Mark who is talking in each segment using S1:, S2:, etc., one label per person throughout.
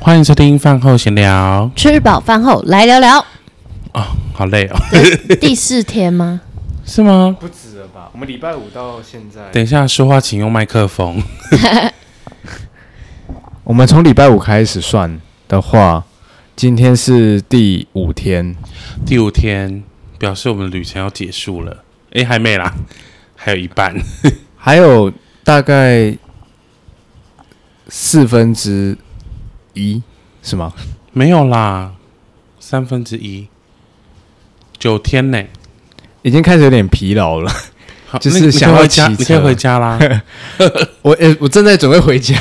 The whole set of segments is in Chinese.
S1: 欢迎收听饭后闲聊。
S2: 吃饱饭后来聊 聊
S1: 哦，好累 哦，
S2: 第四天吗？
S1: 是吗？
S3: 不止了吧？我们礼拜五到现在，
S1: 等一下说话请用麦克风。
S4: 我们从礼拜五开始算的话，今天是第五天，
S1: 第五天表示我们旅程要结束了，诶，还没啦，还有一半。
S4: 还有大概四分之一是吗？
S1: 没有啦，三分之一，九天呢、
S4: 已经开始有点疲劳了。
S1: 好
S4: 就是
S1: 那个你
S4: 想
S1: 可以
S4: 要
S1: 回家，
S4: 骑
S1: 你可以
S4: 车
S1: 回家 啦，
S4: 我诶、我正在准备回家，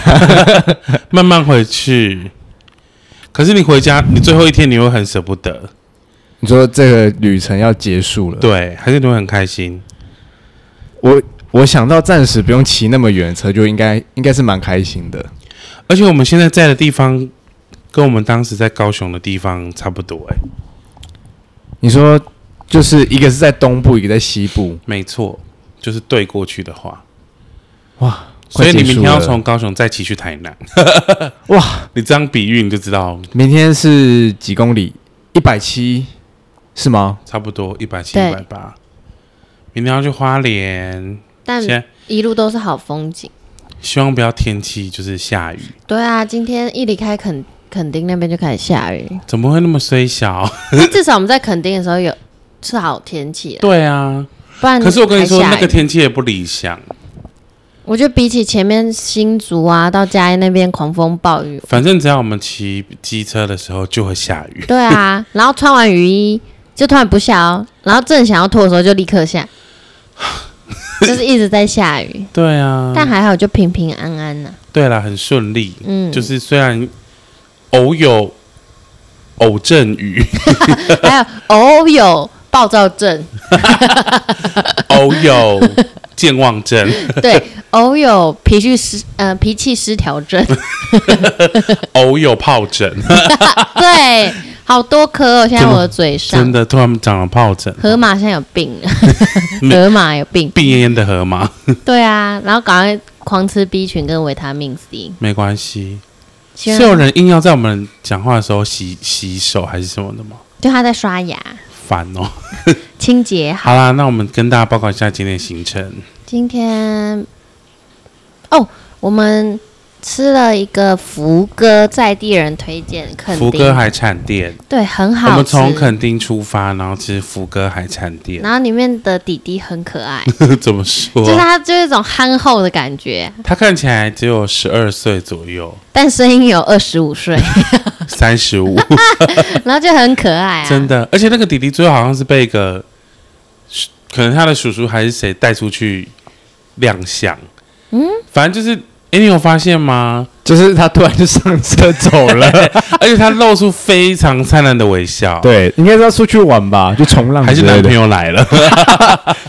S1: 慢慢回去。可是你回家，你最后一天你会很舍不得，
S4: 你说这个旅程要结束了，
S1: 对，还是你会很开心？
S4: 我我想到暂时不用骑那么远的车，就应该应该是蛮开心的。
S1: 而且我们现在在的地方，跟我们当时在高雄的地方差不多、诶，
S4: 你说就是一个是在东部，一个在西部，
S1: 没错，就是对过去的话，
S4: 哇！
S1: 所以你
S4: 快结
S1: 明
S4: 束
S1: 天要
S4: 了
S1: 从高雄再骑去台南。
S4: 哇，
S1: 你这样比喻你就知道，
S4: 明天是几公里？一百七是吗？
S1: 差不多一百七、
S2: 对
S1: 一百八。明天要去花莲，
S2: 但
S1: 现在
S2: 一路都是好风景。
S1: 希望不要天气就是下雨，
S2: 对啊，今天一离开垦垦丁那边就开始下 雨，
S1: 怎么会那么衰 小？
S2: 但至少我们在垦丁的时候有是好天气啊，
S1: 对啊，
S2: 不然
S1: 可是我跟你说，
S2: 嗯还下雨
S1: 那个，天气也不理想，
S2: 我觉得比起前面新竹啊到嘉义那边狂风暴雨，
S1: 反正只要我们骑机车的时候就会下雨。
S2: 对啊， 然后穿完雨衣就突然不下哦，然后正想要脱的时候就立 刻下，就是一直在下雨，
S1: 对啊，
S2: 但还好就平平安安呐、
S1: 对啦，很顺利，
S2: 嗯，
S1: 就是虽然偶有偶阵雨，
S2: 还有偶有暴躁症，
S1: 偶有哦健忘症，
S2: 对，偶有脾气失呃脾气失 调症，
S1: 偶有哦疱疹，
S2: 啊对，好多颗哦，现在我的嘴
S1: 真
S2: 上。
S1: 的突然长了疱疹，
S2: 河马现在有病了，
S1: 没
S2: 河马有病，
S1: 病恹恹的河马。
S2: 对啊，然后赶快狂吃 B 群跟维他命 C，
S1: 没关系，
S2: 希
S1: 是有
S2: 望
S1: 人硬要在我们讲话的时候洗洗手还是什么的吗？
S2: 就他在刷牙
S1: 烦哦。
S2: 清洁好。
S1: 好啦，那我们跟大家报告一下今天的行程。
S2: 今天哦，我们吃了一个福哥在地人推荐，肯
S1: 福
S2: 定
S1: 哥海产店，
S2: 对很
S1: 我
S2: 好
S1: 们
S2: 吃，
S1: 从垦丁出发，然后吃福哥海产店。
S2: 然后里面的弟弟很 可爱，
S1: 怎么说啊
S2: 就是？他就是一种憨厚的感觉，
S1: 他看起来只有十二岁左右，
S2: 但声音有二十 五岁，
S1: 三十五，
S2: 然后就很可爱啊。
S1: 真的。而且那个弟弟最后好像是被一个，可能他的叔叔还是谁带出去亮相。嗯，反正就是，哎，你有发现吗？
S4: 就是他突然就上车走了。
S1: 而且他露出非常灿烂的微笑。，
S4: 对，应该是要出去玩吧，就冲浪
S1: 还是男朋友来了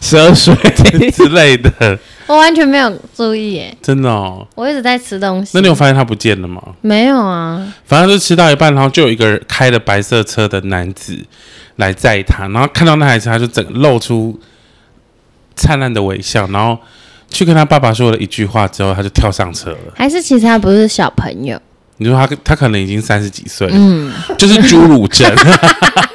S4: 十二 岁，
S1: 之类的，
S2: 我完全没有注意耶，
S1: 真的哦。
S2: 我一直在吃东西。
S1: 那你有发现他不见了吗？
S2: 没有啊？
S1: 反正就吃到一半，然后就有一个开了白色车的男子来载他，然后看到那台车，他就整个露出灿烂的微笑，然后去跟他爸爸说了一句话之后，他就跳上车了。
S2: 还是其实他不是小朋友？
S1: 你说他他可能已经三十几岁了，
S2: 嗯，
S1: 就是侏儒症，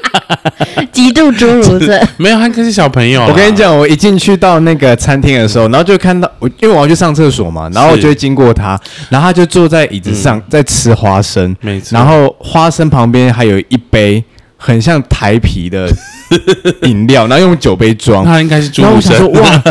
S2: 极度侏儒症。
S1: 没有，他应该是小朋友。
S4: 我跟你，讲，我一进去到那个餐厅的时候，然后就看到我，因为我要去上厕所嘛，然后我就会经过他，然后他就坐在椅子上、在吃花生，
S1: 没错。
S4: 然后花生旁边还有一杯很像台啤 的饮料，然后用酒杯装。
S1: 他应该是侏
S4: 然后
S1: 儒
S4: 我想说，
S1: 症。
S4: 哇，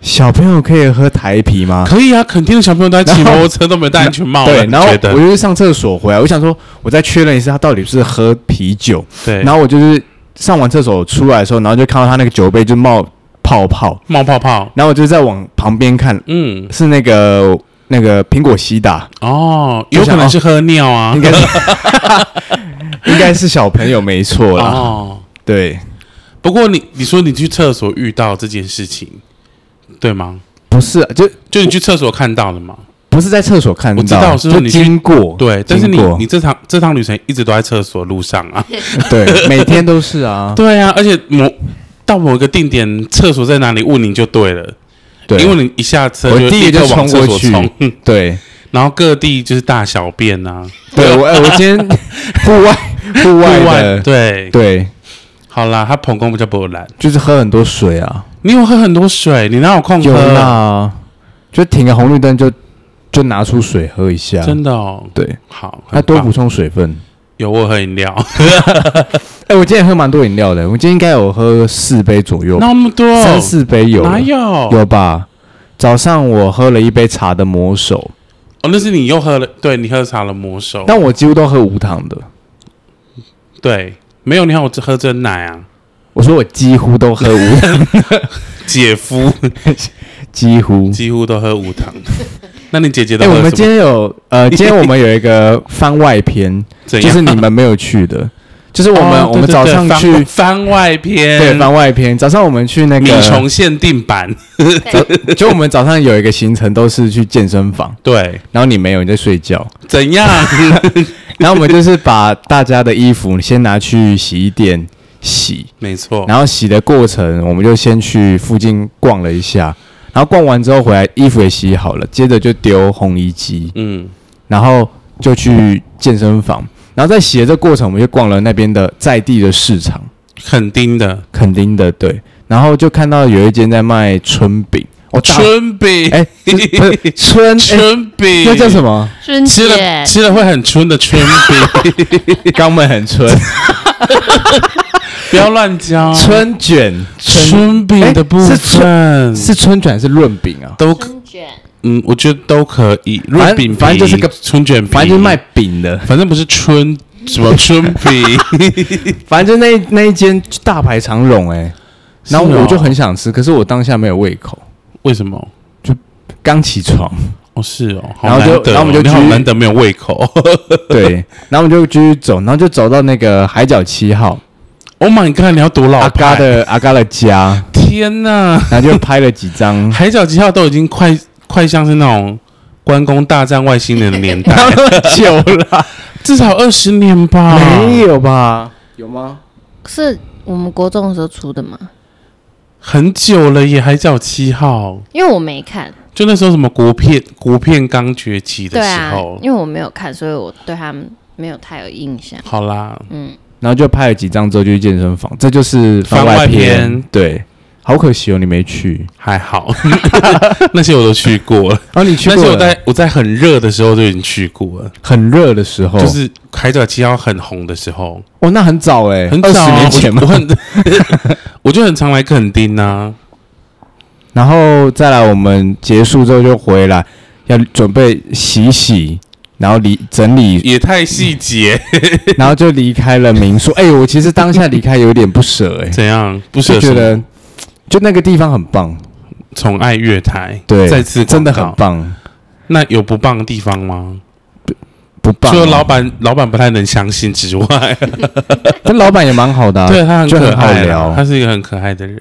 S4: 小朋友可以喝台啤吗？
S1: 可以啊，肯定的小朋友都在骑
S4: 然
S1: 摩托
S4: 后
S1: 车都没有戴安全帽了，
S4: 对，
S1: 你
S4: 然后
S1: 觉得
S4: 我就去上厕所回来，我想说我再确认一次他到底是喝啤酒，
S1: 对，
S4: 然后我就是上完厕所出来的时候，然后就看到他那个酒杯就冒泡泡，
S1: 冒泡泡，
S4: 然后我就再往旁边看，
S1: 嗯，
S4: 是那个那个苹果西打，
S1: 哦，有
S4: 就
S1: 可
S4: 想哦
S1: 能是喝尿啊
S4: 应，该是 应该是小朋友没错啦，
S1: 哦，
S4: 对，
S1: 不过你你说你去厕所遇到这件事情，对吗？
S4: 不是就
S1: 就你去厕所看到了嘛？
S4: 不是在厕所看到，
S1: 我知道是说
S4: 就
S1: 你去
S4: 经过，
S1: 对，但是你
S4: 经过
S1: 你这趟这趟旅程一直都在厕所路上啊，
S4: 对， 每天都是啊，
S1: 对啊，而且某到某个定点，厕所在哪里问你就对了，
S4: 对，
S1: 因为你一下车
S4: 我
S1: 就
S4: 第一
S1: 立
S4: 个
S1: 刻
S4: 就
S1: 往
S4: 冲
S1: 厕
S4: 过
S1: 所
S4: 去
S1: 冲，嗯
S4: 对，
S1: 然后各地就是大小便啊，
S4: 对我，哎，我今天户外户
S1: 户
S4: 外的，
S1: 对，
S4: 对，
S1: 好啦，他捧工比较不懒，
S4: 就是喝很多水啊，
S1: 你有喝很多水，你哪有空
S4: 有
S1: 喝？啊
S4: 啦，就停个红绿灯就就拿出水喝一下，
S1: 真的哦，
S4: 对，
S1: 好，
S4: 那
S1: 很
S4: 多
S1: 棒
S4: 补充水分。
S1: 有我喝饮料，
S4: 哎，我今天也喝蛮多饮料的，我今天应该有喝四杯左右吧，
S1: 那么多
S4: 三四杯有了，
S1: 哪有？哦，
S4: 有吧？早上我喝了一杯茶的魔手，
S1: 哦那是你又喝了，对你喝茶了魔手，
S4: 但我几乎都喝无糖的。
S1: 对，没有，你看我只喝真奶啊，
S4: 我说我几乎都喝 无，
S1: 姐夫
S4: 嗯几乎。
S1: 几乎都喝无 糖，那你姐姐
S4: 哎、
S1: 都喝
S4: 我们
S1: 什
S4: 今
S1: 么？
S4: 天有呃，今天我们有一个番外 篇，
S1: 怎
S4: 就
S1: 样
S4: 是你们没有去的，就是我们、
S1: 哦
S4: 我
S1: 对
S4: 们
S1: 对
S4: 早
S1: 对
S4: 上
S1: 番
S4: 去
S1: 番外篇，
S4: 对番外篇，早上我们去那
S1: 米
S4: 个，
S1: 虫限定版，
S4: 就我们早上有一个行程都是去健身房，
S1: 对，
S4: 然后你没有你在睡觉，
S1: 怎样？
S4: 然后我们就是把大家的衣服先拿去洗衣店洗，
S1: 没错，
S4: 然后洗的过程，我们就先去附近逛了一下，然后逛完之后回来，衣服也洗好了，接着就丢烘衣机，
S1: 嗯，
S4: 然后就去健身房，然后在洗的这过程，我们就逛了那边的在地的市场，
S1: 肯定的，
S4: 垦丁的对，然后就看到有一间在卖春饼，哦，大
S1: 春饼，
S4: 哎、 不是不是春哎，
S1: 春饼，
S4: 那叫什么？
S2: 春
S1: 吃了
S2: 姐，
S1: 吃了会很春的 春饼，
S4: 肛门很春，
S1: 不要乱教。
S4: 春卷，春
S1: 春饼的部
S4: 哎是
S1: 分
S4: 是春卷还是润饼啊？
S1: 都可
S2: 春卷，
S1: 嗯，我觉得都可以。润饼皮
S4: 反正就是个
S1: 春卷皮，
S4: 反正就是卖，饼的，
S1: 反正不是春什么春饼，
S4: 反正就那一那一间大排长龙哎、然后
S1: 是哦
S4: 我就很想吃，可是我当下没有胃口，
S1: 为什么？
S4: 刚起床，
S1: 哦，是哦，好
S4: 然后就
S1: 难得哦
S4: 然后我们就
S1: 你好
S4: 去
S1: 难得没有胃 口。
S4: 对，然后我们就继续走，然后就走到那个海角七号
S1: Oh my god！你要多老
S4: 阿嘎
S1: 派？
S4: 的阿嘎的家，
S1: 天哪！
S4: 然后就拍了几 张，
S1: 海角七号都已经快快像是那种关公大战外星人的年 代，
S4: 久了，
S1: 至少二十年吧。
S4: 没有吧？有吗？
S2: 是我们国中的时候出的吗？
S1: 很久了耶，《海角七号》
S2: 因为我没看，
S1: 就那时候什么国片国片刚崛起的
S2: 对
S1: 时
S2: 啊
S1: 候，，
S2: 因为我没有看，所以我对他们没有太有印象。
S1: 好啦，
S2: 嗯，
S4: 然后就拍了几张之后就去健身房，这就是番
S1: 番外
S4: 外
S1: 篇
S4: 对，好可惜哦，你没去，
S1: 还好， 那些我都啊去过了，
S4: 然后 你去
S1: 那些
S4: 过
S1: 我
S4: 了
S1: 在我在很热的时候就已经去过了，
S4: 很热的时候，
S1: 就是《海角七号》很红的时候，
S4: 哦，那很早哎、
S1: 很
S4: 二
S1: 早、
S4: 十
S1: 啊、
S4: 年前嘛
S1: 我，我很我就很常 来垦丁啊，
S4: 然后再来，我们结束之后就回来，要准备洗洗，然后离 整理，
S1: 也太细节，
S4: 嗯然后就离开了民宿。哎、我其实当下离开有点不舍、哎，
S1: 怎样？不
S4: 就是觉得就那个地方很棒，
S1: 宠爱月台，
S4: 对，
S1: 再次
S4: 真的
S1: 广
S4: 很
S1: 告。
S4: 棒，
S1: 那有不棒的地方吗？
S4: 不棒、哦啊
S1: 除了老，板老板不太能相信之外，
S4: 但老板也蛮好的、啊，
S1: 对他很
S4: 就
S1: 可
S4: 很好
S1: 爱啦他
S4: 聊，
S1: 是一个很可爱的人。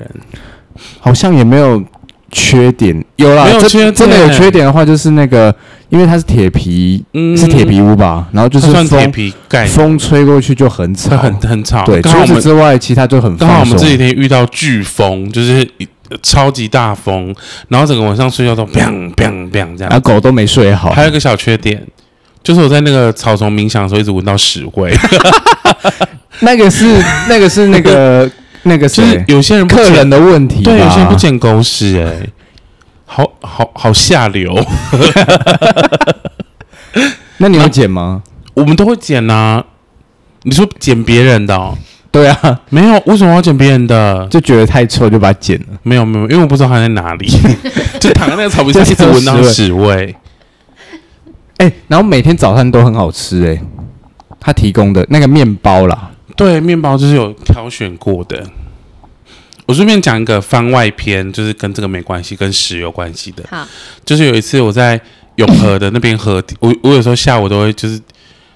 S4: 好像也没有缺点，有啦，
S1: 没有
S4: 真
S1: 缺点欸
S4: 真的有缺点的话，就是那个，因为它是铁皮，
S1: 嗯
S4: 是铁皮屋吧，然后就
S1: 他
S4: 是
S1: 算铁
S4: 风
S1: 皮盖，
S4: 风吹过去就很吵，
S1: 他很很吵。
S4: 对，
S1: 刚好
S4: 除
S1: 我
S4: 此
S1: 们
S4: 之外，其他就很
S1: 刚好我
S4: 放
S1: 们
S4: 松。
S1: 这几天遇到飓风，就是一超级大风，然后整个晚上睡觉都 biang biang biang 这样。
S4: 然后啊狗都没睡好，
S1: 还有一个小缺点，就是我在那个草丛冥想的时候一直闻到屎味，
S4: 那 个是那个是那个那个
S1: 就是
S4: 谁
S1: 有些人不
S4: 客
S1: 捡
S4: 人的问题吧，
S1: 对，有些人不捡狗屎哎、好好好下流，
S4: 那你有捡吗？
S1: 我们都会捡呐、你说捡别人的、哦？
S4: 对啊，
S1: 没有，为什么要捡别人的？
S4: 就觉得太臭就把它捡了。
S1: 没有没有，因为我不知道他在哪里， 就躺在那个草皮上，一直闻到屎味。
S4: 哎，然后每天早餐都很好吃哎，他提供的那个面包啦，
S1: 对，面包就是有挑选过的。我顺便讲一个番外篇，就是跟这个没关系，跟屎有关系的。
S2: 好，
S1: 就是有一次我在永和的那边河堤，我我有时候下午都会就是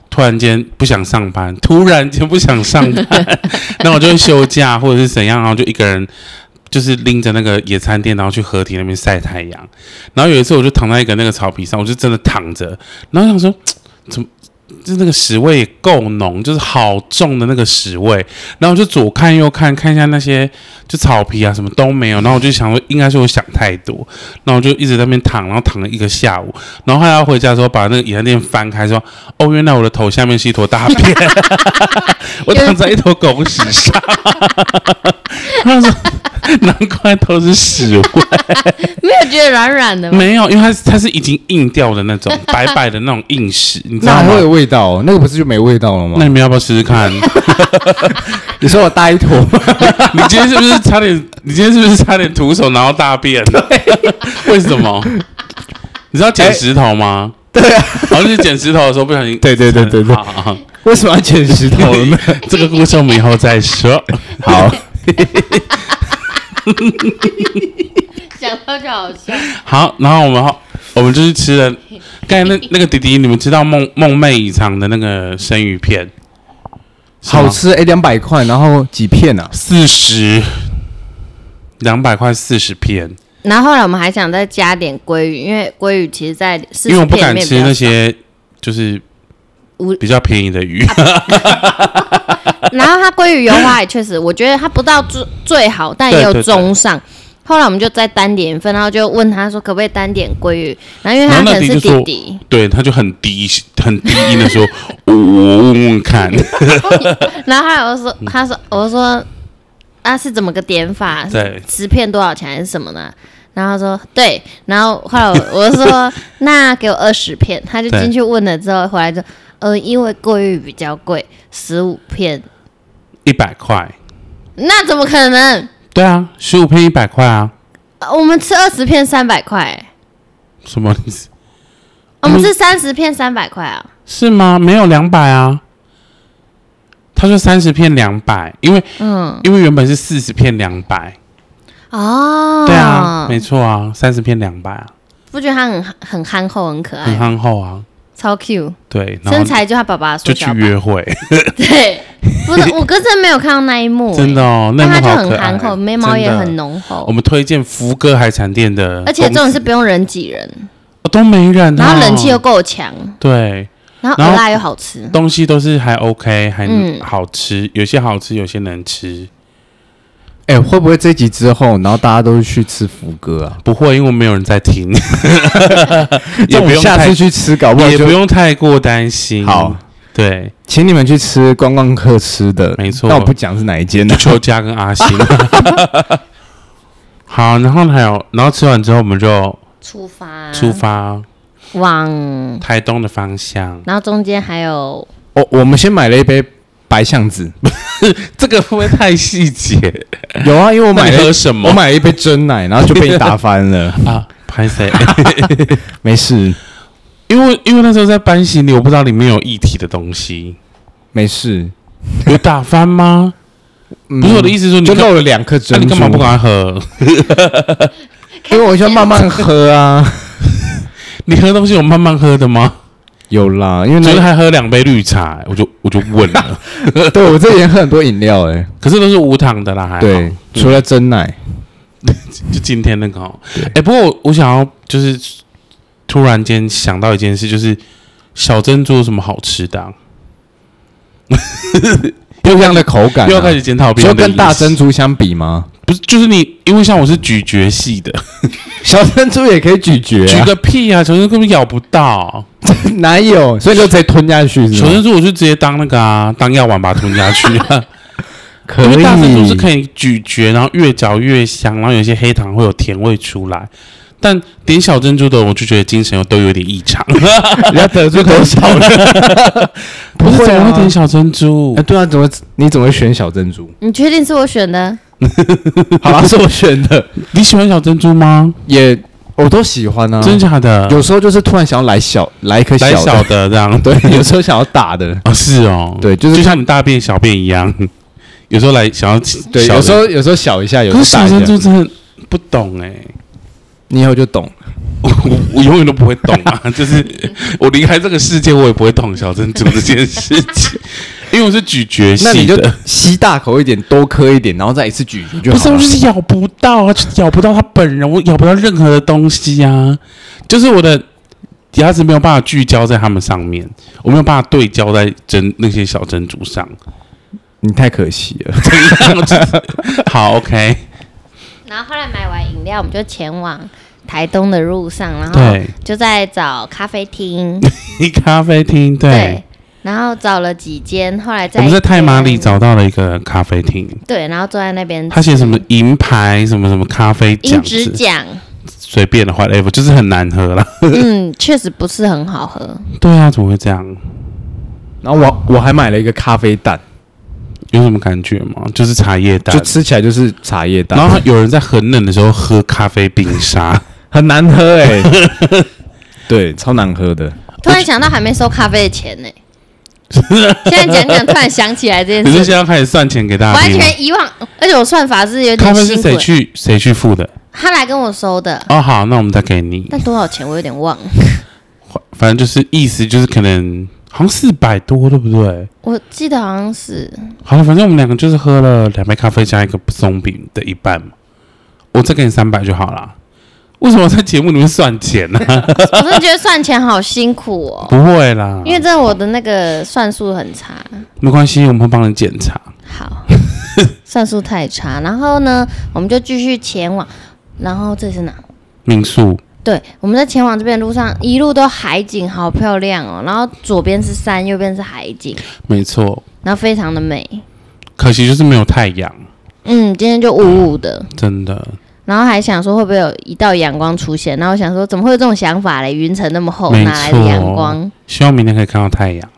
S1: 突然间不想上班，突然间不想上班，那我就会休假或者是怎样，然后就一个人就是拎着那个野餐垫，然后去河堤那边晒太阳。然后有一次我就躺在一个那个草皮上，我就真的躺着，然后想说怎么就是那个屎味也够浓，就是好重的那个屎味。然后我就左看右看，看一下那些就草皮啊什么都没有。然后我就想说，应该是我想太多。然后我就一直在那边躺，然后躺了一个下午。然后后来要回家的时候，把那个饮料店翻开，说：“哦，原来我的头下面是一坨大便， 我躺在一坨狗屎上。” 他说：“ 难怪都是屎味。”
S2: 没有觉得软软的吗？
S1: 没有，因为它是它是已经硬掉的那种白白的那种硬石，你知
S4: 那
S1: 道
S4: 还
S1: 吗
S4: 会？有味道、哦？那个不是就没味道了
S1: 那
S4: 吗？
S1: 你们要不要试试看？你
S4: 你说我搭一坨 吗？
S1: 今天是不是差点？你今天是不是差点徒手拿到大便？为什么？你知道捡石头吗？对、好像是捡石头的时候不小心。
S4: 对对对对对
S1: 好好好
S4: 为什么要捡石头呢？
S1: 这个故事我们以后再说。
S4: 好，
S2: 想到就好笑。
S1: 好，然后我们后我们就是吃了刚才那那个弟弟，你们知道梦梦寐以偿的那个生鱼片，
S4: 好吃哎，两百块，然后几片啊？
S1: 四十两百块四十片。
S2: 然后后来我们还想再加点鲑鱼，因为鲑鱼其实在四
S1: 因为我
S2: 十
S1: 不
S2: 片里
S1: 敢
S2: 面
S1: 吃那
S2: 比较
S1: 些就是
S2: 无啊
S1: 比较便宜的鱼，
S2: 然后它鲑鱼油花也确实，我觉得它不到最最好，但也有
S1: 对对对
S2: 中上。后来我们就再单点一份，然后就问他说可不可以单点鲑鱼，然后因为他
S1: 然后那
S2: 可能
S1: 弟
S2: 是
S1: 就说
S2: 弟弟，
S1: 对，他就很低很低音的说，我问问看，
S2: 然后他有
S1: 嗯
S2: 说他说我就说啊是怎么个点法？
S1: 对，
S2: 十片多少钱还是什么呢？然后他说对，然后后来我我就 说那给我二十片，他就
S1: 对
S2: 进去问了之后回来就呃因为鲑鱼比较贵，十五片，
S1: 一百块，
S2: 那怎么可能？
S1: 对啊，十五片一百块啊，
S2: 呃我们吃二十片三百块、欸
S1: 什么意思？
S2: 我
S1: 嗯
S2: 们吃三十片三百块啊。
S1: 是吗？没有两百啊。他说三十片两百，因为
S2: 嗯，
S1: 因为原本是四十片两百，
S2: 哦，
S1: 对啊，没错啊，三十片两百啊，
S2: 不觉得他很很憨厚、很可爱
S1: 很
S2: 吗，
S1: 憨厚啊，
S2: 超 Q，
S1: 对，然
S2: 哎身
S1: 后
S2: 材就他爸爸
S1: 就
S2: 缩
S1: 去
S2: 小版。
S1: 约会，
S2: 对，不是，我哥真的没有看到那一 幕、
S1: 真的
S2: 欸，
S1: 哦，那
S2: 但
S1: 一幕
S2: 他就
S1: 好可
S2: 很憨
S1: 爱欸
S2: 厚，眉毛也
S1: 真的
S2: 很浓
S1: 我
S2: 厚，
S1: 们推荐福哥海产店的公司，
S2: 而且重点是不用人挤人，
S1: 哦都没人、哦，
S2: 然后人气又够强，
S1: 对，
S2: 然后
S1: 然后
S2: 鹅辣又好吃，
S1: 东西都是还 OK，还
S2: 嗯
S1: 好吃，有些好吃，有些能吃。
S4: 哎，会不会这集之后，然后大家都去吃福哥啊？
S1: 不会，因为没有人在听，也不
S4: 这
S1: 用
S4: 种下
S1: 太
S4: 次去吃，搞不好
S1: 也
S4: 就嗯
S1: 不用太过担心。
S4: 好，
S1: 对，
S4: 请你们去吃观光客吃的，
S1: 没错
S4: 但我不讲是哪一间的啊
S1: 就。邱家跟阿星。 好，然后还有，然后吃完之后我们就
S2: 出发，
S1: 出
S2: 嗯
S1: 发
S2: 往，
S1: 台东的方 向。
S2: 然后中间还有
S4: 我我们先买了一杯白橡子，
S1: 这个会不会太细节？
S4: 有啊，因为我
S1: 那
S4: 买
S1: 你
S4: 了
S1: 喝什么
S4: 我买了一杯真奶，然后就被你打翻了。
S1: 啊？拍谁？
S4: 没事，
S1: 因为因为那时候在搬行李，我不知道里面有液体的东西。
S4: 没事。
S1: 有打翻吗？
S4: 嗯
S1: 不是我的意思说你
S4: 就
S1: 干
S4: 漏了两颗
S1: 那、
S4: 珍珠。
S1: 你干嘛不赶快喝？
S4: 因为我就慢慢喝 啊。
S1: 你喝东西有慢慢喝的吗？
S4: 有啦，因为
S1: 昨天
S4: 那
S1: 还喝两杯绿茶、我就我就问 了，
S4: 对我这前喝很多饮料哎，
S1: 可是都是无糖的啦，还好。嗯
S4: 对，除了真奶，
S1: 就今天那个、哦。
S4: 对
S1: 哎、不过我想要就是突然间想到一件事，就是小珍珠有什么好吃的啊、
S4: 不一样的口感啊。
S1: 又要开始检讨别
S4: 说
S1: 人的饮
S4: 跟
S1: 食
S4: 大珍珠相比吗？
S1: 不是，就是你，因为像我是咀嚼系的，
S4: 小珍珠也可以咀嚼
S1: 咀
S4: 啊，
S1: 个屁啊！小珍珠根本咬不到，
S4: 哪有？所以就直接吞下去是啊
S1: 小珍
S4: 吗？
S1: 珠我就直接当那个啊，当药丸把它吞下去、 啊。
S4: 可
S1: 因为
S4: 以，
S1: 大珍珠是 可以咀嚼，然后越嚼越香，然后有一些黑糖会有甜味出来。但点小珍珠的，我就觉得精神都有点异 常。
S4: 人家得罪多少人？
S1: 不
S4: 不
S1: 是
S4: 会
S1: 怎么会
S4: 啊
S1: 点小珍珠
S4: 哎，？对啊，怎么你怎么会选小珍珠？
S2: 你确定是我选的？
S4: 好啦，是我选的，
S1: 你喜欢小珍珠吗？
S4: 也我都喜欢啊。
S1: 真假的？
S4: 有时候就是突然想要来小来一颗
S1: 来
S4: 小
S1: 嗯小的
S4: 的，
S1: 这样
S4: 对，有时候想要大的，
S1: 啊？是哦，
S4: 对就是
S1: 就像你大便小便一样， 有时候来想要
S4: 对，
S1: 小的
S4: 有时候有时候小一下，有
S1: 可是
S4: 时候大
S1: 小
S4: 一
S1: 珍
S4: 下
S1: 珠，真的不懂哎，
S4: 你以后就懂。
S1: 我我 我永远都不会懂 啊！就是我离开这个世界，我也不会懂小珍珠这件事 情，因为我是咀嚼系
S4: 那
S1: 的。
S4: 你就吸大口一点，多颗一点，然后再一次咀嚼就
S1: 不是，
S4: 好
S1: 我
S4: 了
S1: 就。是咬不到啊，就是咬不到他本人，我咬不到任何的东西啊。就是我的牙齿没有办法聚焦在它们上面，我没有办法对焦在珍那些小珍珠 上。
S4: 你太可惜了。
S1: 好，OK，
S2: 然后后来买完饮料，我们就前往台东的路上，然后
S1: 对，
S2: 就在找咖啡厅，
S1: 一咖啡厅， 对，
S2: 对，然后找了几间，后来在
S1: 我们在太麻里
S2: 一间，
S1: 找到了一个咖啡厅，
S2: 对，然后坐在那边
S1: 它写什么银牌什么什么咖啡
S2: 银
S1: 奖
S2: 质
S1: 之，
S2: 奖，
S1: 随便的 whatever，就是很难喝 啦。
S2: 嗯，确实不是很好喝，
S1: 对啊，怎么会这样？
S4: 然后我我还买了一个咖啡蛋，
S1: 有什么感觉吗？就是茶叶蛋
S4: 就，吃起来就是茶叶蛋，
S1: 然后有人在很冷的时候喝咖啡冰 沙，
S4: 很难喝哎、 对，超难喝的。
S2: 突然想到还没收咖啡的钱呢、现在讲讲，突然想起来这
S1: 你
S2: 件
S1: 是
S2: 事，
S1: 现在开始算钱给大家
S2: 完
S1: 听吗？
S2: 全遗忘，而且我算法是有
S1: 咖
S2: 点
S1: 啡是
S2: 辛苦
S1: 谁
S2: 的。
S1: 去谁去付的？
S2: 他来跟我收的，
S1: 哦，好，那我们再给你，
S2: 但多少钱我有点忘了，
S1: 反正就是意思就是可能好像四百多，对不对？
S2: 我记得好像是
S1: 好了，反正我们两个就是喝了两杯咖啡加一个松饼的一半嘛，我再给你三百就好啦。为什么在节目里面算钱 呢、
S2: 我真的觉得算钱好辛苦哦，
S1: 不会啦，
S2: 因为真的我的那个算术很差，
S1: 没关系，我们会帮你检查。
S2: 好，算术太差。然后呢，我们就继续前往，然后这是哪？
S1: 民宿
S2: 对，我们在前往这边的路上，一路都海景，好漂亮哦。然后左边是山，右边是海景，
S1: 没错，
S2: 然后非常的美。
S1: 可惜就是没有太阳，
S2: 嗯，今天就雾雾的，
S1: 真的
S2: 然后还想说会不会有一道阳光出现，然后我想说怎么会有这种想法嘞？云层那么厚，
S1: 没
S2: 哪来的
S1: 错
S2: 阳光？
S1: 希望明天可以看到太阳。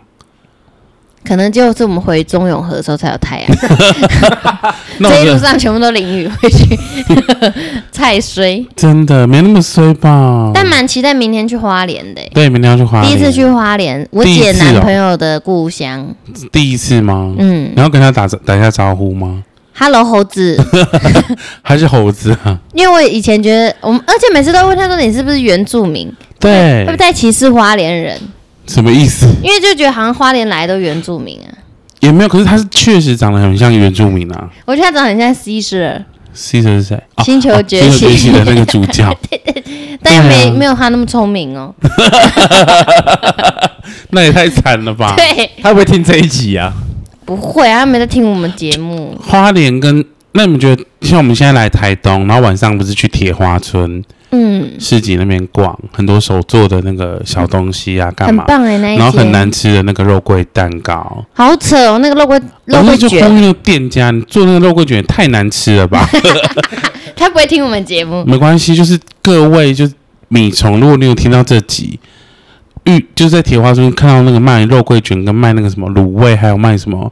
S2: 可能就是我们回中永和的时候才有太阳，
S1: 那
S2: 这一
S1: 我
S2: 路
S1: 就
S2: 上全部都淋雨回去， 太衰。
S1: 真的没那么衰吧？
S2: 但蛮期待明天去花莲的欸、
S1: 对，明天要去哦花
S2: 第
S1: 莲，
S2: 一次去花莲，我
S1: 第一
S2: 姐
S1: 次
S2: 男
S1: 哦
S2: 朋友的故乡。
S1: 第一次吗？
S2: 嗯
S1: 你要跟他打打一下招呼吗？
S2: ，Hello 猴子，
S1: 还是猴子 啊？
S2: 因为我以前觉得我们，而且每次都问他说你是不是原住民，
S1: 对
S2: 会不会，太歧视花莲人？
S1: 什么意思？
S2: 因为就觉得好像花莲来的都原住民啊。
S1: 也没有，可是他是确实长得很像原住民啊。
S2: 我觉得他长得很像西施人，
S1: C 是谁？哦
S2: 星球
S1: 哦
S2: 崛
S1: 星
S2: 起
S1: 球崛 起的那个主角，
S2: 但又没、
S1: 对啊
S2: 没有他那么聪明哦。
S1: 那也太惨了吧？
S2: 对，
S4: 他会不会听这一集啊？
S2: 不会啊，他没在听我们节目。
S1: 花莲跟那你们觉得，像我们现在来台东，然后晚上不是去铁花村
S2: 嗯，
S1: 市集那边逛，很多手做的那个小东西啊，干
S2: 很
S1: 嘛？
S2: 棒哎、那一
S1: 然后很
S2: 间
S1: 难吃的那个肉桂蛋糕，
S2: 好扯哦，那个肉桂肉
S1: 然后
S2: 桂
S1: 就
S2: 卷，
S1: 呼吁店家，你做那个肉桂卷也太难吃了 吧？
S2: 他不会听我们节目。
S1: 没关系，就是各位就是米虫，如果你有听到这集，遇就是在铁花村看到那个卖肉桂卷跟卖那个什么卤味，还有卖什么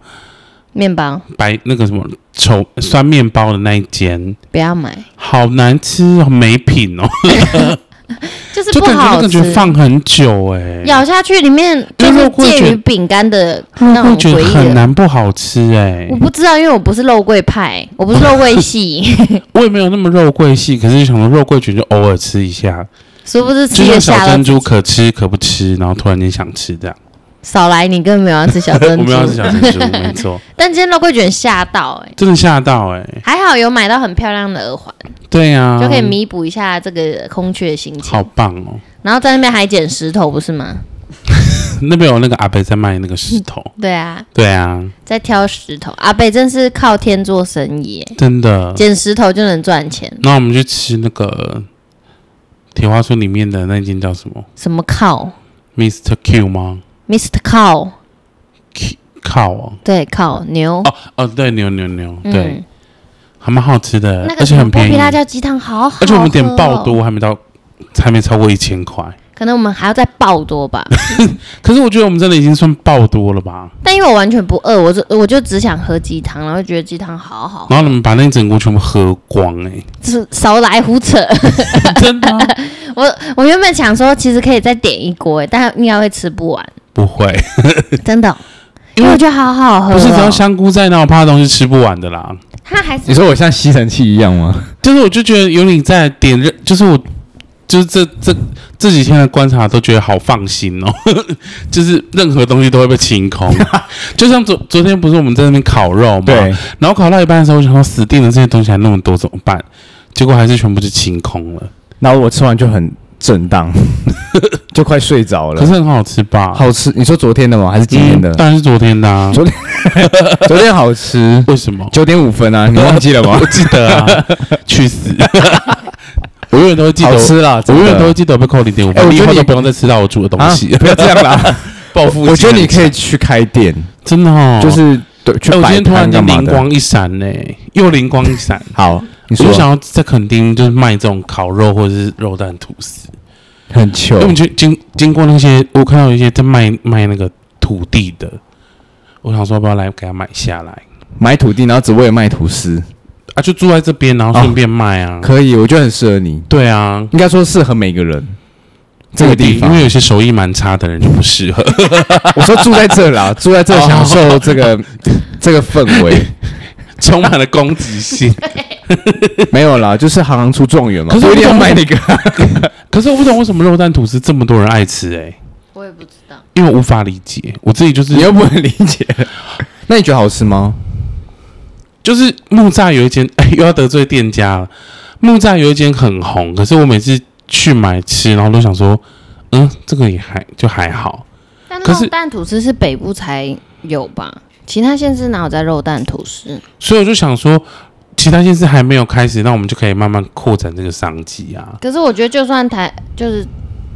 S2: 面包
S1: 白那个什么稠酸面包的那一间，
S2: 不要买，
S1: 好难吃哦，没品哦，
S2: 就是
S1: 就
S2: 不
S1: 感觉那
S2: 好
S1: 感觉
S2: 吃。
S1: 放很久哎、
S2: 咬下去里面就
S1: 那
S2: 是
S1: 肉桂
S2: 介
S1: 卷
S2: 于饼干的那
S1: 肉
S2: 种
S1: 桂
S2: 回
S1: 卷
S2: 忆
S1: 很
S2: 的。
S1: 难不好吃哎、
S2: 我不知道，因为我不是肉桂派，我不是肉桂系，
S1: 我也没有那么肉桂系，可是想说肉桂卷就偶尔吃一下，
S2: 殊不知
S1: 就
S2: 吃
S1: 像
S2: 了
S1: 小
S2: 吓到
S1: 珍
S2: 自
S1: 珠
S2: 己。
S1: 可吃可不吃，然后突然间想吃这样。
S2: 少来，你根本没有要吃 小珍
S1: 我
S2: 珠
S1: 们。要吃小珍珠，没错，
S2: 但今天肉桂卷吓到哎、
S1: 真的吓到哎、
S2: 还好有买到很漂亮的耳环，
S1: 对呀、
S2: 就可以弥补一下这个空缺的心情
S1: 嗯好。棒哦！
S2: 然后在那边还捡石头，不是吗？
S1: 那边有那个阿伯在卖那个石 头，
S2: 对啊，
S1: 对啊，
S2: 在挑石头。阿北真是靠天做生意欸，
S1: 真的。
S2: 捡石头就能赚钱。
S1: 那我们去吃那个铁花村里面的那间叫什么
S2: 什么靠
S1: ？Mr. Q 吗
S2: ，Mr. 靠，
S1: ？Q 靠哦，
S2: 对，靠牛。
S1: 哦哦，对，牛牛牛，
S2: 嗯
S1: 对，还蛮好吃的
S2: 那，个
S1: 而且
S2: 什么
S1: 很
S2: 剥
S1: 便宜
S2: 皮，辣椒鸡汤好好、
S1: 而且我们点爆，多，还没到，还没超过一千块。
S2: 可能我们还要再爆 多吧。
S1: 可是我觉得我们真的已经算爆多了吧？
S2: 但因为我完全不饿，我就我就只想喝鸡汤，然后觉得鸡汤好
S4: 哦
S2: 好，
S1: 然后你们把那一整锅全部喝光，哎，
S2: 就是少来胡扯。
S1: 真的啊
S2: 我我原本想说，其实可以再点一锅，欸但应该会吃不完，
S1: 不 会，
S2: 真的哦、
S1: 因为
S2: 因为我觉得好好喝、哦。
S1: 不是只要香菇在那，我怕东西吃不完的啦。
S2: 它还
S4: 你
S2: 是
S4: 说我像吸尘器一样吗？
S1: 就是我就觉得有你在点热，就是我就是这这这几天的观察都觉得好放心哦， 就是任何东西都会被清 空，就像昨昨天不是我们在那边烤肉嘛，
S4: 对，
S1: 然后烤到一半的时候，我想说死定了，这些东西还那么多怎么办？结果还是全部就清空了，
S4: 然后我吃完就很震 荡，就快睡着
S1: 可
S4: 了。
S1: 是很好吃吧？
S4: 好吃？你说昨天的吗？还是今天的
S1: 嗯？当然是昨天的、啊。
S4: 昨昨天好吃，
S1: 为什么？
S4: 九点五分啊，你忘记了吗
S1: 我？记得啊， 去死！我永远都会记得
S4: 好
S1: 我，
S4: 吃啦，
S1: 我
S4: 真的
S1: 永远都会记得被扣零点五
S4: 哎
S1: 分，
S4: 我
S1: 以
S4: 觉得
S1: 后
S4: 你
S1: 都不用再吃到我煮 的东
S4: 啊
S1: 西，，
S4: 不要这样 啦。
S1: 报复。
S4: 我觉得你可以去开店，
S1: 真的哦，
S4: 就是对去
S1: 哎，我今
S4: 摆
S1: 天突
S4: 摊
S1: 然
S4: 干
S1: 间
S4: 嘛
S1: 灵
S4: 的。
S1: 光一闪呢、又灵光一 闪。
S4: 好，你
S1: 我
S4: 说
S1: 就想要在垦丁就是卖这种烤肉或者是肉蛋吐司，
S4: 很糗
S1: 因为我，经经经过那些，我看到一些在卖卖那个土地的，我想说要不要来给他买下来
S4: 买土地，然后只为了卖吐司，
S1: 啊？就住在这边，然后顺便卖啊。
S4: 可以，我觉得很适合你。
S1: 对啊，
S4: 应该说适合每个人。这个地方
S1: 因为，有些手艺蛮差的人就不适合。
S4: 我说住在 这啦，住在
S1: 哦
S4: 这享受这个这个氛围，
S1: 充满了攻击性。
S4: 没有啦，就是行行出状元嘛，
S1: 可是
S4: 不一定要卖那个。
S1: 可是我不懂为什么肉蛋吐司这么多人爱吃哎、
S2: 我也不知道，
S1: 因为我无法理解。我自己就是
S4: 你又不能理解，那你觉得好吃吗？
S1: 就是木栅有一间， 哎，又要得罪店家了。木栅有一间很红，可是我每次去买吃，然后都想说，嗯，这个也还就还好。
S2: 但
S1: 可是
S2: 肉蛋吐司是北部才有吧？其他县市哪有在肉蛋吐司？
S1: 所以我就想说，其他县市还没有开始，那我们就可以慢慢扩展这个商机啊。
S2: 可是我觉得，就算台就是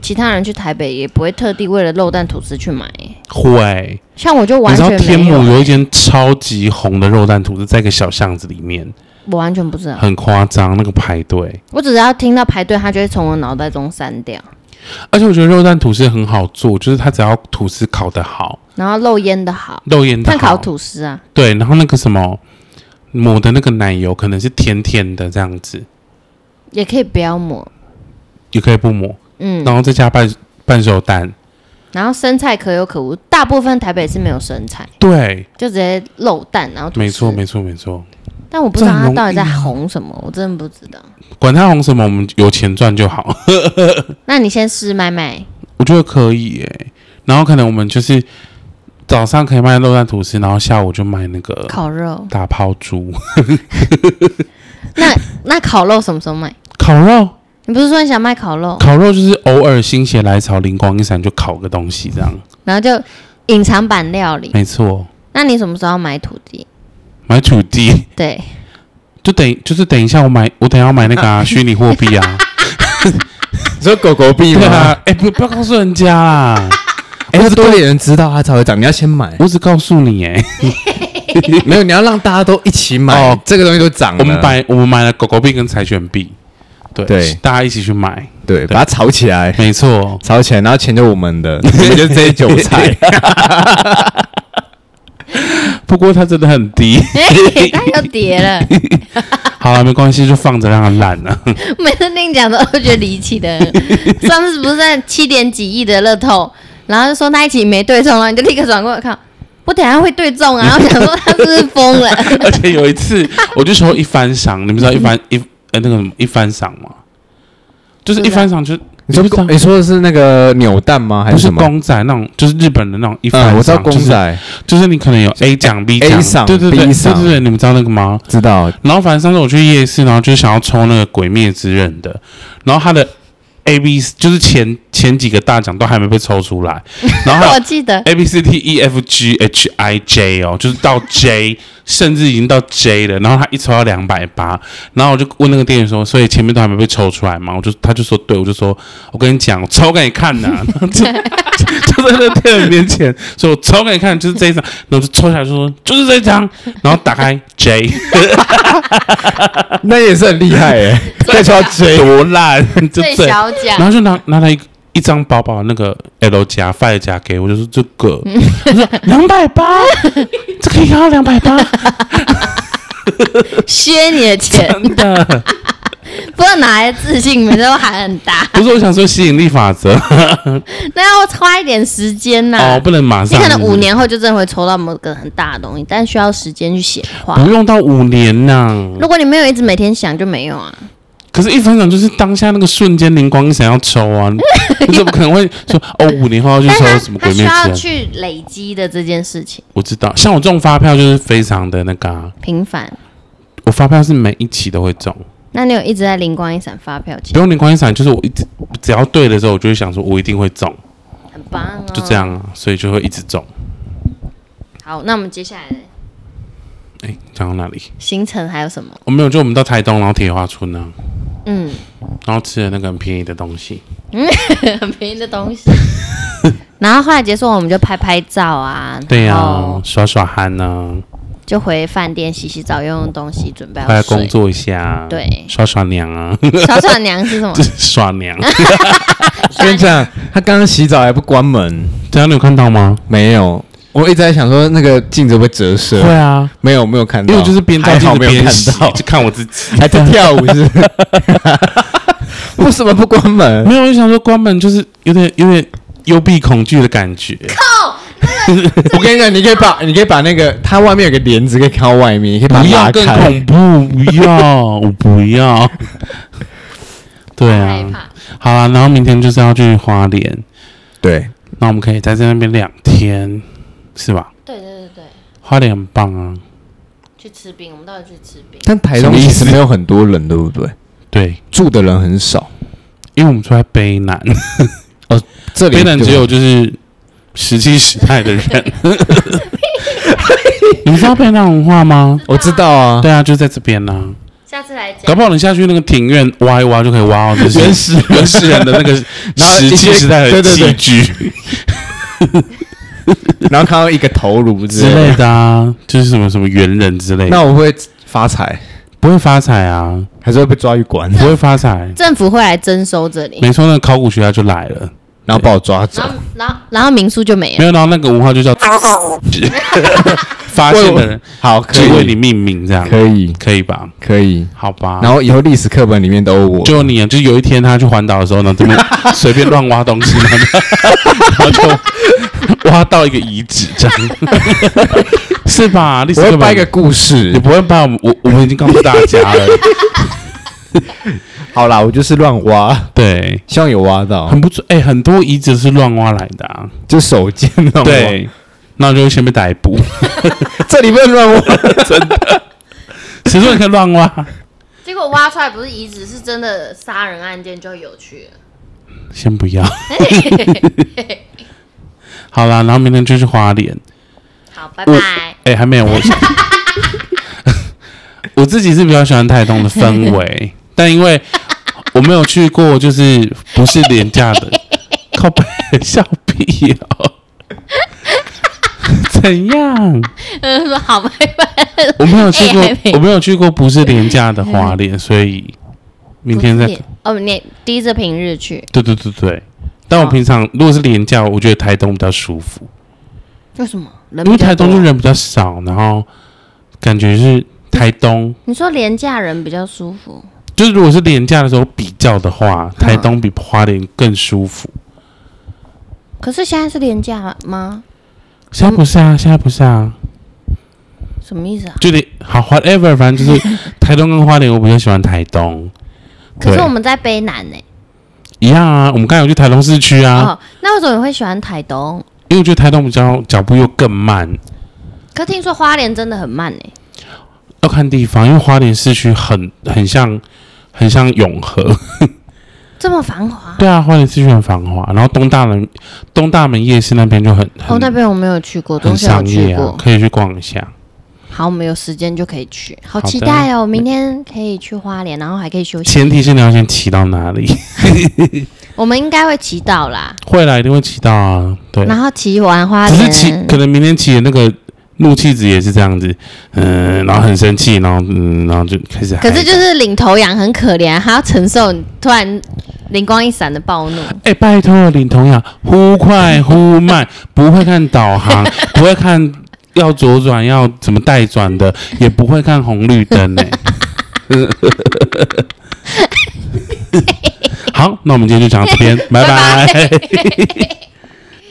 S2: 其他人去台北，也不会特地为了肉蛋吐司去买、欸
S1: 会，
S2: 像我就
S1: 你
S2: 完
S1: 知道
S2: 全
S1: 天
S2: 没
S1: 母
S2: 有，
S1: 有一间超级红的肉蛋吐司，在一个小巷子里面，
S2: 我完全不知道。
S1: 很夸张那个排队。
S2: 我只要听到排队，它就会从我脑袋中删掉。
S1: 而且我觉得肉蛋吐司很好做，就是它只要吐司烤得好，
S2: 然后肉腌的好，
S1: 肉眼的
S2: 碳
S1: 好，
S2: 烤吐司啊，
S1: 对，然后那个什么抹的那个奶油可能是甜甜的这样子，
S2: 也可以不要抹。
S1: 也可以不抹，
S2: 嗯，
S1: 然后再加半半熟蛋，
S2: 然后生菜可有可无，大部分台北是没有生菜，
S1: 对，
S2: 就直接肉蛋，然后吐司
S1: 没错，没错，没错，
S2: 但我不知
S1: 这
S2: 道
S1: 很
S2: 它
S1: 容易
S2: 到底在
S1: 啊
S2: 红什么，我真的不知道。
S1: 管它红什么，我们有钱赚就好，
S2: 那你先试麦麦，
S1: 我觉得可以耶、然后可能我们就是早上可以卖肉蛋吐司，然后下午就卖那个
S2: 烤肉，
S1: 打抛猪
S2: 那那烤肉什么时候卖？
S1: 烤肉，
S2: 你不是说你想卖烤肉，
S1: 烤肉就是偶尔心血来潮，灵光一闪就烤个东西这样，
S2: 然后就隐藏版料理？
S1: 没错，
S2: 那你什么时候要买土地？
S1: 买土地。
S2: 对，
S1: 就等就是等一下，我买我等一下要买那个 啊虚拟货币啊，
S4: 你说狗狗币
S1: 对啊
S4: 吗？，
S1: 哎、不不要告诉人家 啦，，
S4: 哎，要多嗯点人知道它才会涨，你要先买
S1: 我只告诉你哎、
S4: 没有，你要让大家都一起买
S1: 哦，
S4: 这个东西都涨了。
S1: 我们买我们买了狗狗币跟柴犬币，对
S4: 对
S1: 大家一起去买，
S4: 对，把它炒起来，
S1: 没错，
S4: 炒起来，然后钱就我 们的，我们就这些韭菜。
S1: 不过它真的很低，
S2: 它哎又跌了，
S1: 好了没关系，就放着让它烂了，
S2: 每次听你讲的都觉得离奇的。上次不是在七点几亿的乐透，然后就说那一期没对中，然后你就立刻转过来看，我等一下会对 中啊！我想说他是不是疯了？
S1: 而且有一次我就说一番赏，你们知道一番一呃那个什么一番赏吗？就是一番赏就
S4: 你说
S1: 不知道
S4: 公你说的是那个扭蛋吗？还
S1: 不
S4: 是
S1: 是
S4: 什么？
S1: 公仔那种，就是日本的那种一番
S4: 嗯，
S1: 赏，
S4: 我知道公
S1: 就是
S4: 仔，
S1: 就是你可能有 A 奖、B 奖
S4: A 赏
S1: 对对对
S4: B 赏
S1: 对对对，你们知道那个吗？
S4: 知 道
S1: 然后反正上次我去夜市，然后就想要抽那个《鬼灭之刃》的，然后他的 A B 就是前前几个大奖都还没被抽出来，然后还
S2: 我
S1: 有
S2: 记得
S1: A B C D E F G H I J 哦，就是到 J，甚 至已经到 J 了，然后他一抽到两百八，然后我就问那个店员说，所以前面都还没被抽出来嘛？我就他就说对，我就说我跟你讲，我抽给你看呐、 然后就就在那个店员面前，所以我抽给你看，就是这一张，然后就抽下来就说就是这一张，然后打开 J。
S4: 那也是很厉害哎， 再说到 J，
S1: 多烂，就
S2: 最
S1: 这样，
S2: 小奖
S1: 然。后就拿拿来一个一张薄薄的那个 L 夹 Five 夹给我，就说这个， 我说两百八，这可以要两百八，
S2: 削你的钱，
S1: 真的，
S2: 不知道哪来的自信，每次都喊很大。
S1: 不是我想说吸引力法 则
S2: 那要花一点时间呐、
S1: 哦，不能马
S2: 你
S1: 上，
S2: 可能五年后就真的会抽到某个很大的东西，但需要时间去显化。
S1: 不用到五年呐，
S2: 如果你没有一直每天想，就没有啊。
S1: 可是，一分享就是当下那个瞬间灵光一闪要抽 啊，你怎么可能会说哦五年后要去
S2: 但
S1: 抽
S2: 他
S1: 什么
S2: 他
S1: 鬼
S2: 需
S1: 灭啊之
S2: 要
S1: 刃？
S2: 去累积的这件事情
S1: 我知道，像我中发票就是非常的那个啊、
S2: 频繁。
S1: 我发票是每一期都会中。
S2: 那你有一直在灵光一闪发票
S1: 不
S2: 钱？
S1: 用灵光一闪，就是我一直只要对的时候，我就会想说，我一定会中，
S2: 很棒哦。
S1: 就这。样啊，所以就会一直中。
S2: 好，那我们接下来的
S1: 哎、讲到哪里？
S2: 行程还有什么？
S1: 我、没有，就我们到台东，然后铁花村啊，
S2: 嗯，
S1: 然后吃了那个很便宜的东西。
S2: 很便宜嗯的东西。 然后后来结束，我们就拍拍照啊，
S1: 对呀、
S2: 然后
S1: 耍耍憨啊，
S2: 就回饭店洗洗澡，用用东西，准备
S1: 回来
S2: 要睡
S1: 工。作一下，啊
S2: 对哦
S1: 耍耍娘啊，
S2: 小小娘是什么
S1: 就？是耍 娘。
S4: 我跟你讲，他刚刚洗澡还不关门，
S1: 这啊样你有看到吗？
S4: 没有。我一直在想说那个镜子会不会折射，
S1: 啊，
S4: 没有没有看到，
S1: 因为我就是边照
S4: 还
S1: 镜
S4: 好
S1: 子
S4: 没有
S1: 边
S4: 看
S1: 洗
S4: 到，
S1: 就看我自己。
S4: 还在跳舞是 不是？为什么不关门？
S1: 没有，我就想说关门就是有点有点幽闭恐惧的感觉。
S4: 我跟你讲，你可以把你可以把那个它外面有个帘子，可以看到外面，你可以把
S1: 不
S4: 它
S1: 要
S4: 拉
S1: 更
S4: 开。
S1: 恐怖，不要，我不要。 对
S2: 害
S1: 啊，
S2: 怕。
S1: 好啦，然后明天就是要去花莲，
S4: 对，
S1: 那我们可以在那边两天，是吧？
S2: 对对对对，
S1: 花莲很棒啊，
S2: 去吃冰，我们到底去吃冰？
S4: 但台
S1: 什
S4: 东
S1: 么意
S4: 其
S1: 思
S4: 实没有很多人，对不对？
S1: 对，
S4: 住的人很少，
S1: 因为我们住在北南，
S4: 这里
S1: 北南
S4: 就
S1: 只有就是石器时代的人。你知道北南文化吗？
S4: 我知道啊，
S1: 对啊，就在这边呐、
S2: 下次来
S1: 搞
S2: 讲。
S1: 不好你下去那个庭院挖一挖，就可以挖到这些
S4: 原始
S1: 原始人的那个
S4: 然后
S1: 石
S4: 一
S1: 器
S4: 些
S1: 时代的
S4: 对对
S1: 器
S4: 对
S1: 具
S4: 然后看到一个头颅之
S1: 之
S4: 类
S1: 类
S4: 的，
S1: 的啊，就是什么什么猿人之类的，
S4: 那我会发财，
S1: 不会发财啊，
S4: 还是会被抓去关，
S1: 不会发财。
S2: 政府会来征收这里，
S1: 没错，那个考古学家就来了，
S4: 然后把我抓走
S2: 然。后然后然后民宿就没
S1: 没
S2: 了。
S1: 有，然后那个文化就叫 发现的人
S4: 好，可
S1: 就为你
S4: 以，
S1: 命名，这样
S4: 可以，
S1: 可以吧？
S4: 可以。
S1: 好吧，
S4: 然后以后历史课本里面都有我，
S1: 就你啊，就是有一天他去环岛的时候呢， 这边随便乱挖东西，然后就 然后就挖到一个遗址，这样 是吧？历史
S4: 我
S1: 课
S4: 会
S1: 本
S4: 掰一个故事
S1: 你。不会把我们我我们已经告诉大家 了，
S4: 好啦，我就是乱挖，
S1: 对，
S4: 希望有挖到，
S1: 很不错。哎、很多遗址是乱挖来的、啊，
S4: 就手贱那种。，
S1: 对，那就会先被逮 捕。
S4: 这里不能乱挖。
S1: 谁说你可以乱挖？
S2: 结果挖出来不是遗址，是真的杀人案件，就有趣了。
S1: 先不 要。 好啦，然后明天就去花莲。
S2: 好，拜拜。
S1: 哎、还没有我， 我自己是比较喜欢台东的氛 围，但因为我没有去过，就是不是廉价 的，靠北笑屁哦，怎样？
S2: 嗯，说好，拜拜。
S1: 我没有去过，
S2: 哎还没
S1: 我没有去过不是廉价的花莲，所以明天再
S2: 不是哦，你第一次平日去，
S1: 对对对对。但我
S2: 好
S1: 平常如果是廉价，我觉得台东比较舒服，
S2: 为什么？人
S1: 因为
S2: 呃比较
S1: 台东
S2: 多
S1: 就人比较少，然后感觉是台东
S2: 你说廉价人比较舒服，
S1: 就是如果是廉价的时候比较的话，
S2: 嗯
S1: 台东比花莲更舒服。
S2: 可是现在是廉价吗？
S1: 现在不是啊，现在不是啊，
S2: 什么意思啊？
S1: 就得好 whatever，反正就是 台东跟花莲，我比较喜欢台东。
S2: 可
S1: 对
S2: 是我们在卑南呢、
S1: 一样啊，我们刚才有去台东市区啊，
S2: 哦，那为什么你会喜欢台东？
S1: 因为我觉得台东比较脚步又更慢，
S2: 可听说花莲真的很慢呢、
S1: 要看地方，因为花莲市区很很像很像永和，
S2: 这么繁华。
S1: 对啊，花莲市区很繁华，然后东大门东大门夜市那边就很很、
S2: 哦，那边我没有去过，
S1: 很
S2: 中学有
S1: 商
S2: 去
S1: 业啊
S2: 过，。
S1: 可以去逛一下。
S2: 好，我们有时间就可以去，好
S1: 好的
S2: 期待哦！明天可以去花莲，然后还可以休息。
S1: 前提是你要先骑到哪里，
S2: 我们应该会骑到啦，
S1: 会啦，一定会骑到啊，对。
S2: 然后骑完花
S1: 只是
S2: 莲，
S1: 骑，可能明天骑的那个怒气值也是这样子，嗯、然后很生气，然后嗯，然后就开始嗨。
S2: 可是就是领头羊很可怜，还要承受你突然灵光一闪的暴怒。
S1: 哎、拜托，领头羊忽快忽 慢，不会看导航，不会看要左转要怎么带转的，也不会看红绿灯欸 呢、好，那我们今天就讲到这边，拜拜。